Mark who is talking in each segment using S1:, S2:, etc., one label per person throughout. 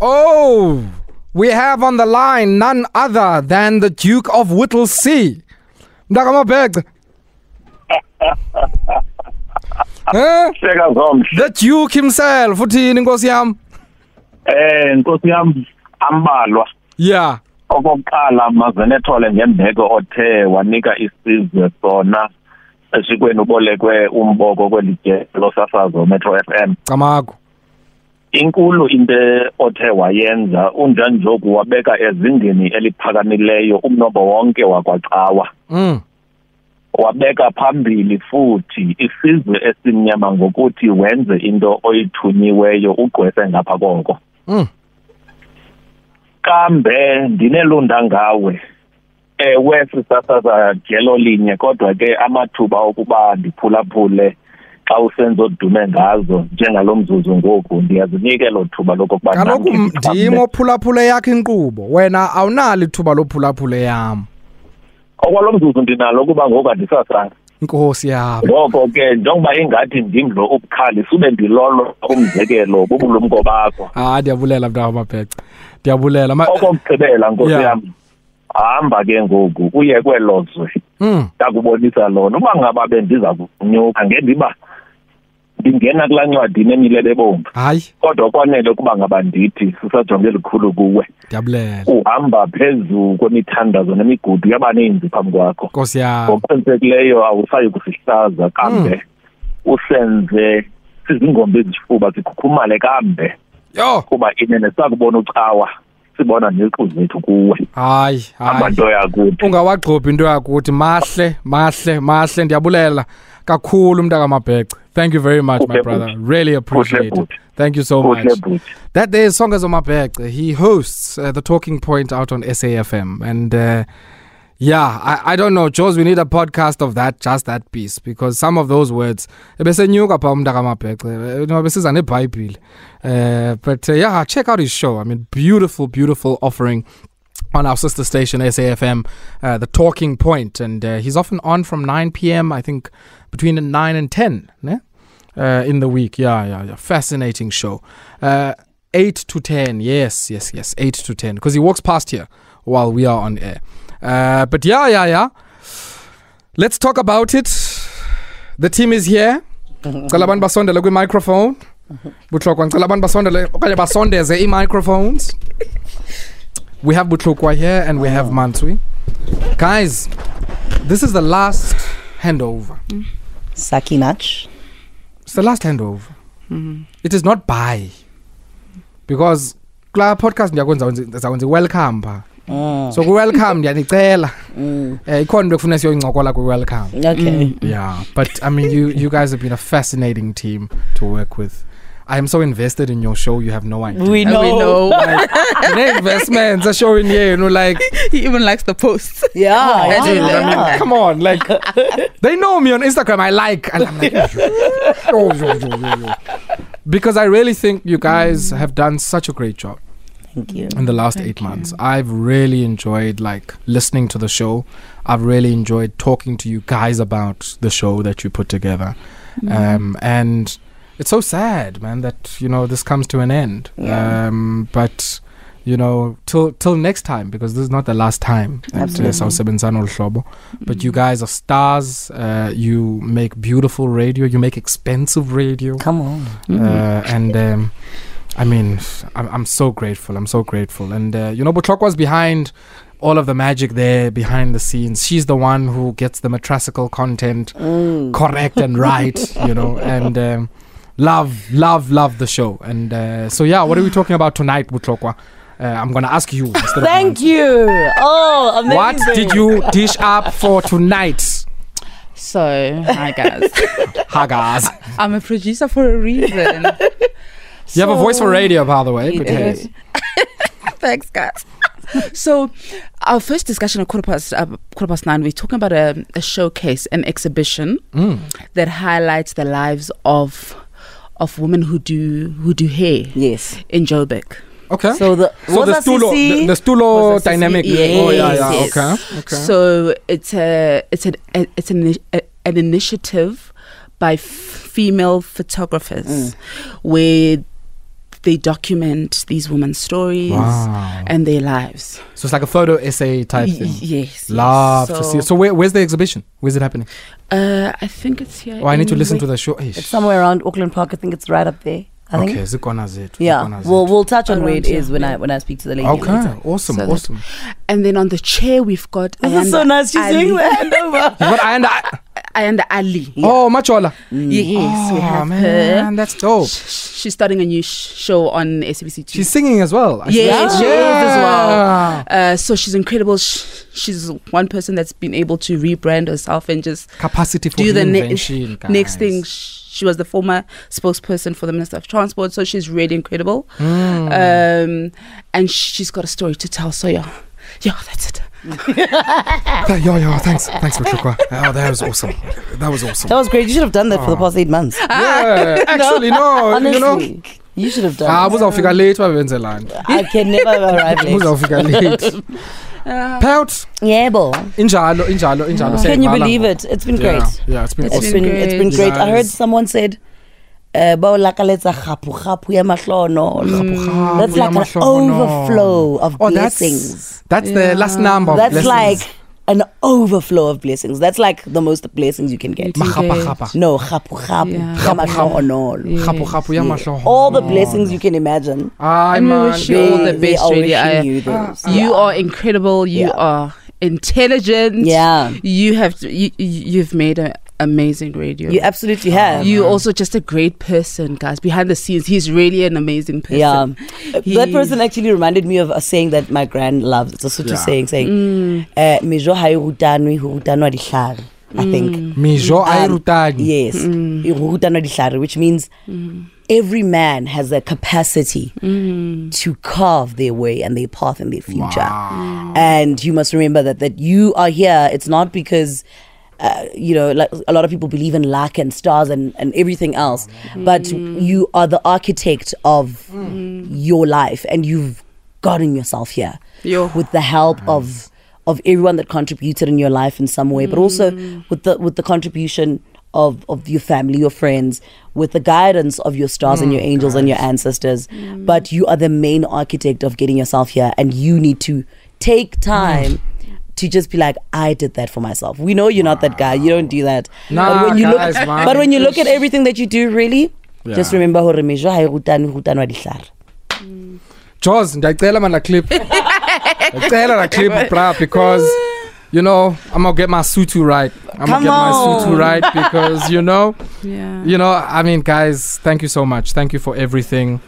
S1: Oh, we have on the line none other than the Duke of Whittlesea. Mntakamabhece. Eh?
S2: hleka zomhle
S1: The Duke himself uthini inkosi yam?
S2: eh nkosi yam ambalwa
S1: Yeah.
S2: okokuqala mazenethole ngembeko othe wanika isizwe sona esikweni ubolekwe umboko kweli jelo sasazo metro fm
S1: Camako.
S2: inkulu into othe wayenza unjanjoku wabeka ezingeni eliphakamileyo umnombo wonke wakwacawa
S1: Mm.
S2: wabeka phambili futhi isizwe esimnyama ngokuthi wenze into oyithunyiweyo ugqwese ngapha koko
S1: Mm.
S2: kambe ndinelunda ngawe Eh, ewe sisasaza jelo linye kodwa ke amathuba okuba ndiphulaphule xa usenza odume ngazo njengalo mzuzu ngoku ndiyazinike lo thuba lokokuba nam
S1: Kaloku
S2: ndikhe ndiqhamle.
S1: ndim ophulaphule yakho inkqubo. Wena awunalo ithuba lophulaphule yam.
S2: okwalo mzuzu ndinalo ukuba ngoku andisasanga
S1: Inkosi yam.
S2: ngoko ke njengoba ingathi ndimlo ubukhali sube ndilolo umzekelo bubulumko bakho
S1: Ah, ndiyabulela mntakamabhece. Ndiyabulela. Ma-
S2: okokugqibela nkosi
S1: Yeah.
S2: yami hamba ke ngoku uye kwelo zwe
S1: Mm.
S2: ndakubonisa lona uba ngaba bendiza kunyuka ngendiba ndingena kulaa ncwadi nemile bebomvu
S1: Hayi,
S2: kodwa kwanele ukuba ngaba ndithi sisajonge likhulu kuwe
S1: ndiyabulela.
S2: uhamba phezu kwemithandazo nemigudu yabaninzi phambi kwakho
S1: Inkosi yam.
S2: ngokuqinisekileyo awusayi kusihlaza kambe usenze sizingombe ezifuba sikhukhumale kambe
S1: Yo.
S2: kuba inene sakubona ucawa sibona nequ zethu kuwe
S1: Hayi, hayi.
S2: abantu yakuthi
S1: ungawagxobhi into yakuthi mahle mahle mahle ndiyabulela kakhulu mntakamabhece thank you very much my
S2: Kuhle
S1: brother
S2: bhuti.
S1: really appreciate it
S2: bhuti.
S1: thank you so
S2: kuhle
S1: much
S2: bhuti
S1: that day is songas omabhece he hosts uh, the talking point out on safm and uh, yeah I, I don't know jos we need a podcast of that just that piece because some of those words ebesenyuka pha Uh, umntakamabhece no besiza nebhayibhile uh, but uh, yeah check out his show i mean beautiful beautiful offering on our sister station SAFM, uh, the Talking Point, and uh, he's often on from 9 p.m. I think between 9 and 10 ne? uh, in the week. Yeah, yeah, yeah. Fascinating show. Uh, 8 to 10. Yes, yes, yes. 8 to 10 because he walks past here while we are on air. Uh, but yeah, yeah, yeah. Let's talk about it. The team is here. Cela abantu basondele kwi-microphone butlokwa ngicela abantu basondele okanye basondeze ii-microphones we have Butlukwa here and we have Mansui. Guys, this is the last handover.
S3: Saki much.
S1: It's the last handover. It is not buy. Because kula podcast ndiyakwenza ndizakwenza welcome pha.
S3: Mm.
S1: So ku welcome ndiyanicela.
S3: Mm.
S1: Eh ikhona into ekufuneka siyoyincokola ku welcome.
S3: Okay.
S1: Yeah, but I mean you you guys have been a fascinating team to work with. I am so invested in your show, you have no idea.
S4: We know.
S1: like, ne-investments eshowini yenu like
S4: he even likes the posts.
S3: Yeah. yeah,
S4: Imagine
S3: yeah.
S4: that.
S1: Like, Come on, like they know me on Instagram. I like, and I'm like, yo, yo, yo, yo, yo. because I really think you guys have done such a great job
S3: Thank you.
S1: in the last eight months. I've really enjoyed like listening to the show. I've really enjoyed talking to you guys about the show that you put together,
S3: Mm-hmm.
S1: um, and it's so sad, man, that you know this comes to an end.
S3: Yeah.
S1: Um, but you know, till till next time, because this is not the last time that uh,
S3: Absolutely. Mm-hmm.
S1: Sawusebenzisana nolu hlobo. But you guys are stars. Uh, you make beautiful radio. You make expensive radio
S3: Come on. Mm-hmm.
S1: uh, and um, I mean, I'm, I'm so grateful. I'm so grateful. And uh, you know, Butlok was behind all of the magic there behind the scenes. She's the one who gets the matrasical content
S3: Mm.
S1: correct and right. you know, and. Um, Love, love, love the show, and uh, so yeah. What are we talking about tonight, Butlokwa? Uh, I'm gonna ask you. instead of
S3: Thank
S1: Nancy.
S3: you. Oh, amazing.
S1: What did you dish up for tonight,
S4: So, hi guys.
S1: Hagas?
S4: I'm a producer for a reason.
S1: You have a voice for
S4: So-
S1: radio, by the way. But hey.
S4: Thanks, guys. So, our first discussion at quarter past uh, quarter past nine, we're talking about a, a showcase, an exhibition
S1: Mm,
S4: that highlights the lives of of women who do who do hair
S3: Yes.
S4: in Joburg.
S1: Okay.
S3: So the
S1: So the
S3: was a
S1: stulo,
S3: CC?
S1: the, the stulo
S4: Was a CC?
S1: dynamic.
S4: Yes,
S1: oh yeah, yeah.
S4: yes.
S1: Okay. Okay.
S4: So it's a it's an it's an an
S1: Mm.
S4: initiative by f- female photographers where they document these women's stories
S1: Wow.
S4: and their lives.
S1: So it's like a photo essay type
S4: Y-
S1: thing.
S4: yes.
S1: Love
S4: yes.
S1: to see. it. So where, where's the exhibition? Where's it happening?
S4: uh, I think it's here.
S1: Oh, I need to listen to
S4: the.
S1: the show.
S3: It's somewhere around Auckland Park. I think it's right up there. I think.
S1: Okay, Zikwana Zit.
S3: Yeah.
S1: Zikwana Zit.
S3: We'll we'll touch on where it
S4: Around,
S3: is
S4: yeah.
S3: when I when I speak to the lady.
S1: Okay,
S3: later.
S1: awesome,
S4: So that-
S1: awesome.
S4: And then on the chair we've got.
S3: This is so
S4: Ayanda
S3: nice. She's
S4: Ali.
S3: doing the handover.
S1: You got Ayanda-
S4: Ayanda Ali.
S1: Oh, Machola.
S4: Yes, we
S1: Oh,
S4: have her.
S1: man, that's dope.
S4: Sh- She's starting a new sh- show on SABC2.
S1: She's singing as well. I
S4: Yes,
S1: see.
S4: she is as
S1: Yeah.
S4: well. Uh, so she's incredible. Sh- She's one person that's been able to rebrand herself and just
S1: Capacity for
S4: do the ne-
S1: reinvention, guys.
S4: next thing. Sh- She was the former spokesperson for the Minister of Transport, so she's really incredible.
S3: Hmm.
S4: Um, and she's got a story to tell. So yeah, yeah, that's it.
S1: Th- Yo, yo, thanks, thanks, Machukwa. Oh, that was awesome. That was awesome.
S3: That was great. You should have done that for the past eight months.
S1: Yeah, Oh. actually, no,
S3: Honestly,
S1: you know.
S3: you should have done.
S1: Ah,
S3: that.
S1: buzawufika late babenzelani
S3: I can never arrive late.
S1: buzawufika late pout
S3: Yebo.
S1: injalo injalo injalo
S3: Ah. Can you
S1: siyayivala
S3: believe
S1: ngoku.
S3: it? It's been
S1: yeah,
S3: great.
S1: yeah it's been
S3: It's
S1: awesome
S3: been, it's been great. I heard
S1: Nice.
S3: someone said, uh, ba o lakaletsa kgapu, kgapu ya mahlono. Mm.
S1: Kgapu,
S3: that's
S1: ya
S3: like an
S1: mahlono.
S3: overflow of
S1: oh,
S3: blessings.
S1: that's, that's the last number of
S3: That's,
S1: blessings.
S3: like an overflow of blessings. That's like the most blessings you can get.
S4: You
S1: Magapa,
S4: Okay.
S1: gapa.
S3: No, kgapu, kgapu
S4: Yeah.
S3: ya mahlono.
S4: Yeah.
S1: Gapu, gapu, ya mahlo.
S3: All the blessings you can imagine.
S1: Ay,
S4: And we
S1: man.
S4: wish you- all the
S3: they- they
S4: best,
S3: are
S4: really.
S3: wishing
S4: I-
S3: you
S1: Ah,
S3: those.
S4: You
S3: Yeah.
S4: are incredible. You
S3: Yeah.
S4: are intelligent.
S3: Yeah.
S4: You have you, you- you've made an amazing radio.
S3: You absolutely have.
S4: you also just a great person, guys. Behind the scenes, he's really an amazing
S3: Yeah.
S4: person.
S3: that
S4: He-
S3: person actually reminded me of a saying that my grand loves. It's a Sotho
S1: Yeah.
S3: saying saying,
S4: Mm.
S3: uh, "Mejo ha e rutanwe, ho rutanwa dihlare," I
S4: Mm.
S3: think.
S1: mizo a yi
S3: Um,
S1: rutani
S3: Yes. E ho rutanwa dihlare, which means every man has a capacity to carve their way and their path and their future. And you must remember that that you are here. It's not because uh, you know, like a lot of people believe in luck and stars and, and everything else, but you are the architect of your life, and you've gotten yourself here
S4: Yo.
S3: with the help of of everyone that contributed in your life in some way, but also
S1: Mm.
S3: with the with the contribution of of your family, your friends, with the guidance of your stars
S1: Mm.
S3: and your angels and your ancestors. But you are the main architect of getting yourself here, and you need to take time. To just be like, I did that for myself. We know you're not that guy. You don't do that.
S1: Nah,
S3: but when you
S1: guys,
S3: look,
S1: man.
S3: but when you look at everything that you do, really, just
S1: Yeah.
S3: remember, hore mejo ha e rutanwe, ho rutanwa dihlare.
S1: jos ndiyacela man la clip ndiyacela la clip bra because you know i'm gonna get my sutu right i'm gonna
S3: Come
S1: get my sutu
S3: on.
S1: right because you know
S4: Yeah.
S1: you know i mean guys thank you so much thank you for everything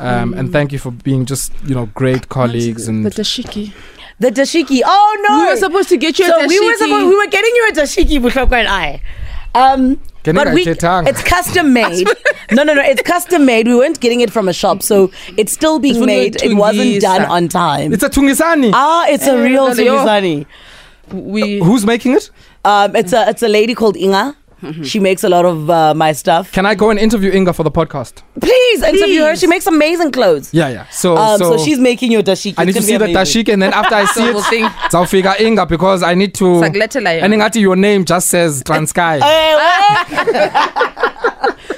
S1: um,
S3: Mm.
S1: and thank you for being just you know great colleagues and
S4: The dashiki.
S3: The dashiki. Oh no!
S4: We were supposed to get you a
S3: so We were
S4: dashiki.
S3: supposed. We were getting you a dashiki, Bushokwa and I. Um,
S1: Getting a
S3: but we,
S1: jetang.
S3: it's custom made. no, no, no. It's custom made. We weren't getting it from a shop, so it's still being
S4: It's
S3: made. It wasn't
S4: tungisa.
S3: done on time.
S1: it's a tungisani
S3: ah, it's a
S4: Eh,
S3: real
S4: no, no, yo.
S3: Sukisani.
S4: We
S1: who's making it
S3: Um, it's a it's a lady called Inga.
S4: Mm-hmm.
S3: She makes a lot of uh, my stuff.
S1: can i go and interview inga for the podcast
S3: Please interview her. She makes amazing clothes.
S1: yeah yeah so
S3: Um, so, she's making your dashiki.
S1: I need to
S3: It's
S1: see
S3: gonna
S1: the
S3: be amazing.
S1: dashiki and then after I see
S4: we'll
S1: it,
S4: think.
S1: I'll figure Inga because I need to.
S4: like letter layer.
S1: And Ingati, your name just says
S3: Oh,
S1: Transkai.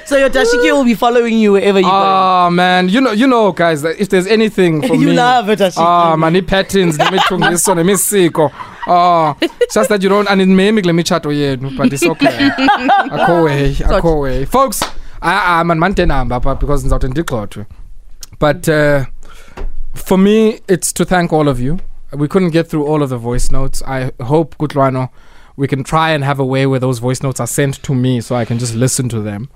S3: So your dashiki will be following you wherever you go.
S1: Oh man, you know, you know, guys. that If there's anything for
S3: You
S1: me,
S3: love it, Ashiki.
S1: Ah, man, the patterns, let me this one, let me see. Oh, it's just that you don't, and in mimic, let me chat with you, but it's okay. I go away, I go away, folks. I, I'm a man number, but because it's out in Dicklot. But uh, for me, it's to thank all of you. We couldn't get through all of the voice notes. I hope Kutlwano, we can try and have a way where those voice notes are sent to me so I can just listen to them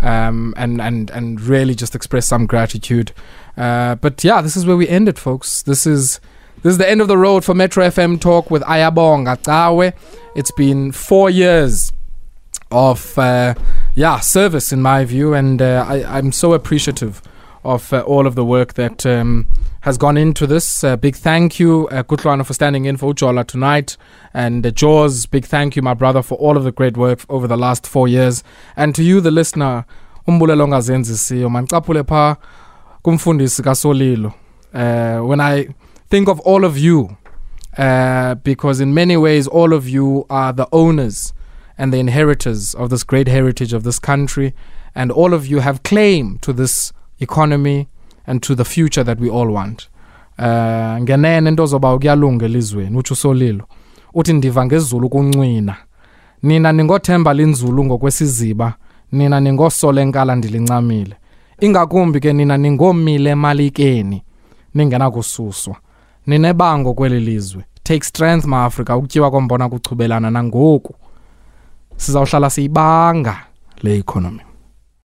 S1: um, and, and, and really just express some gratitude. Uh, but yeah, this is where we end it, folks. This is this is the end of the road for Metro FM Talk with Ayabonga Tawe. It's been four years of uh, yeah service in my view, and uh, I, I'm so appreciative of uh, all of the work that um, has gone into this. Uh, big thank you, uh, Kutlwano, for standing in for Ujola tonight, and uh, Jaws. Big thank you, my brother, for all of the great work over the last four years, and to you, the listener. umbulelo ongazenzisiyo mandicaphule phaa kumfundisi kasolilo uh, when i think of all of you uh, because in many ways all of you are the owners and the inheritors of this great heritage of this country and all of you have claim to this economy and to the future that we all want um ngenene into zoba kuyalunga elizweni utsho usolilo uthi ndiva ngezulu ukuncwina nina ningothemba linzulu ngokwesiziba nina ningosolenkala ndilincamile ingakumbi ke nina ningomile emalikeni ningenakususwa ninebango kweli lizwe take strength maafrika ukutyiwa kombona kuchubelana nangoku sizawuhlala siyibanga le economy